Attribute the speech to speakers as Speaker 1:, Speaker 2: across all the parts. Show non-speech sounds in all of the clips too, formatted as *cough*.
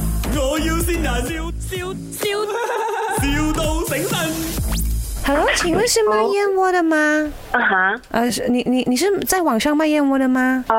Speaker 1: 要先人，笑笑笑，,笑到醒神。
Speaker 2: Hello，请问是卖燕窝的吗？
Speaker 3: 啊哈，
Speaker 2: 呃，是你你你是在网上卖燕窝的吗？
Speaker 3: 啊，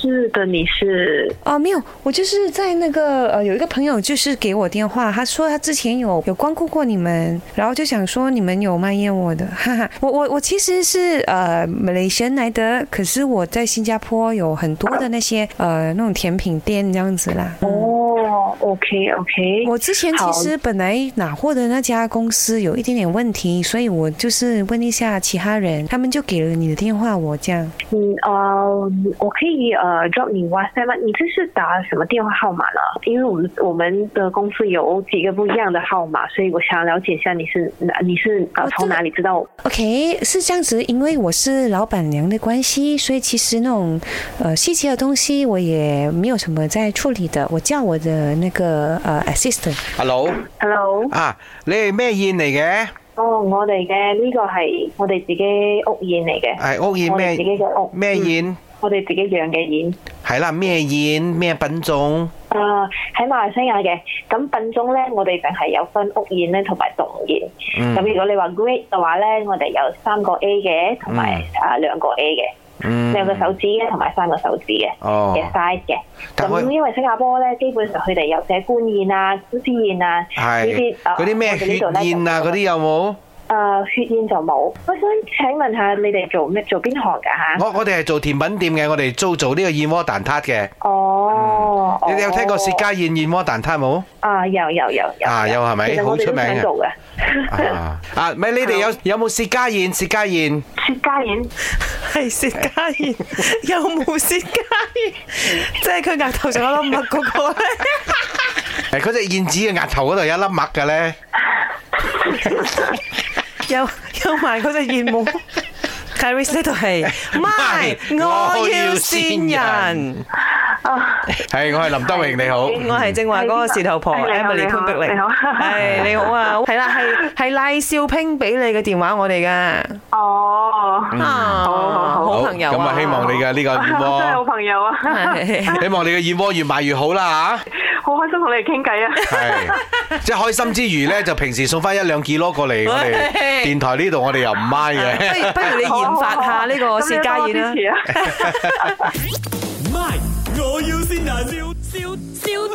Speaker 3: 是的，你是
Speaker 2: 哦，没有，我就是在那个呃，有一个朋友就是给我电话，他说他之前有有光顾过你们，然后就想说你们有卖燕窝的， *laughs* 哈哈。我我我其实是呃马来西亚来的，可是我在新加坡有很多的那些呃那种甜品店这样子啦。嗯
Speaker 3: 哦，OK OK，
Speaker 2: 我之前其
Speaker 3: 好
Speaker 2: 实本来拿货的那家公司有一点点问题，所以我就是问一下其他人，他们就给了你的电话，我这样。
Speaker 3: 嗯呃，我可以呃 drop 你 WhatsApp 吗？你这是打什么电话号码了？因为我们我们的公司有几个不一样的号码，所以我想了解一下你是哪你是呃
Speaker 2: 哦这
Speaker 3: 从
Speaker 2: 个
Speaker 3: 哪里知道我？
Speaker 2: OK，是这样子，因为我是老板娘的关系，所以其实那种呃细节的东西我也没有什么在处理的。我叫我的那个呃 assistant，
Speaker 4: Hello，
Speaker 3: Hello，
Speaker 4: 啊，你係咩宴嚟嘅？
Speaker 3: 哦，我哋嘅呢個係我哋自己屋苑嚟嘅，
Speaker 4: 係屋宴
Speaker 3: 我哋
Speaker 4: 咩
Speaker 3: 自己嘅屋
Speaker 4: 啊咩
Speaker 3: 嗯
Speaker 4: 宴？
Speaker 3: 我哋自己養嘅燕。
Speaker 4: 係啦，咩宴？咩品種？
Speaker 3: 啊，喺馬來西亞嘅，咁品種咧，我哋淨係有分屋燕咧同埋洞燕。
Speaker 4: 嗯
Speaker 3: 咁、如果你話 grade 嘅話咧，我哋有三個 A 嘅，同埋啊兩個 A 嘅，
Speaker 4: 嗯，
Speaker 3: 兩個手指嘅同埋三個手指嘅
Speaker 4: 哦
Speaker 3: 嘅 size 嘅。
Speaker 4: 但可以
Speaker 3: 咁因為新加坡咧，基本上佢哋有寫官燕啊、公司燕啊呢
Speaker 4: 係
Speaker 3: 啲啊
Speaker 4: 嗰啲咩血宴啊？嗰啲。有冇？
Speaker 3: 誒呃血燕就冇。我想請問下你哋做咩做邊行㗎嚇？
Speaker 4: 我我哋係做甜品店嘅，我哋租做呢個燕窩蛋撻嘅。
Speaker 3: 哦，
Speaker 4: 嗯你有聽過薛
Speaker 3: 哦
Speaker 4: 家燕燕窩蛋
Speaker 3: *laughs*
Speaker 4: 撻冇？
Speaker 3: 啊？有有有有
Speaker 4: 啊有係咪
Speaker 3: 其實我哋都
Speaker 4: 好出名嘅
Speaker 3: 想做嘅。
Speaker 4: 啊，啊，咪你哋有有冇薛家燕？薛家燕
Speaker 3: 薛家燕。
Speaker 2: 係薛家燕，有冇薛家燕？即係佢額頭上有粒墨嗰個咧。
Speaker 4: 係嗰只燕子嘅額頭嗰度有一粒墨嘅咧。
Speaker 2: 有有埋嗰隻燕帽。Caris 呢度係 My，我要善人。
Speaker 3: 啊，
Speaker 4: 係，我係林德榮，你好。
Speaker 2: 我係正話嗰個舌頭婆
Speaker 3: 係你好
Speaker 2: Emily
Speaker 3: 你好
Speaker 2: 潘碧玲。
Speaker 3: 你好
Speaker 2: 係你好啊，係啦，係係賴少拼俾你嘅電話我哋噶。
Speaker 3: *laughs* 哦，
Speaker 2: 啊，好朋友啊。
Speaker 4: 咁啊，希望你嘅呢個燕
Speaker 3: 我 *laughs* 真係好
Speaker 4: 窩，
Speaker 3: 朋友啊，
Speaker 2: 係。
Speaker 4: 希望你嘅燕窩越賣越好啦啊
Speaker 3: 好開心同你哋傾 *laughs* 偈啊！
Speaker 4: 吓。係，即係開心之餘咧，就平時送翻一兩幾攞過嚟我哋
Speaker 2: 喂
Speaker 4: 電台呢度，我哋又唔咪
Speaker 2: *laughs*
Speaker 4: 嘅。
Speaker 2: 不如不如你研發下呢個薛家燕啦
Speaker 3: 咁你多支。持啊！
Speaker 1: My，我要先人，笑笑笑，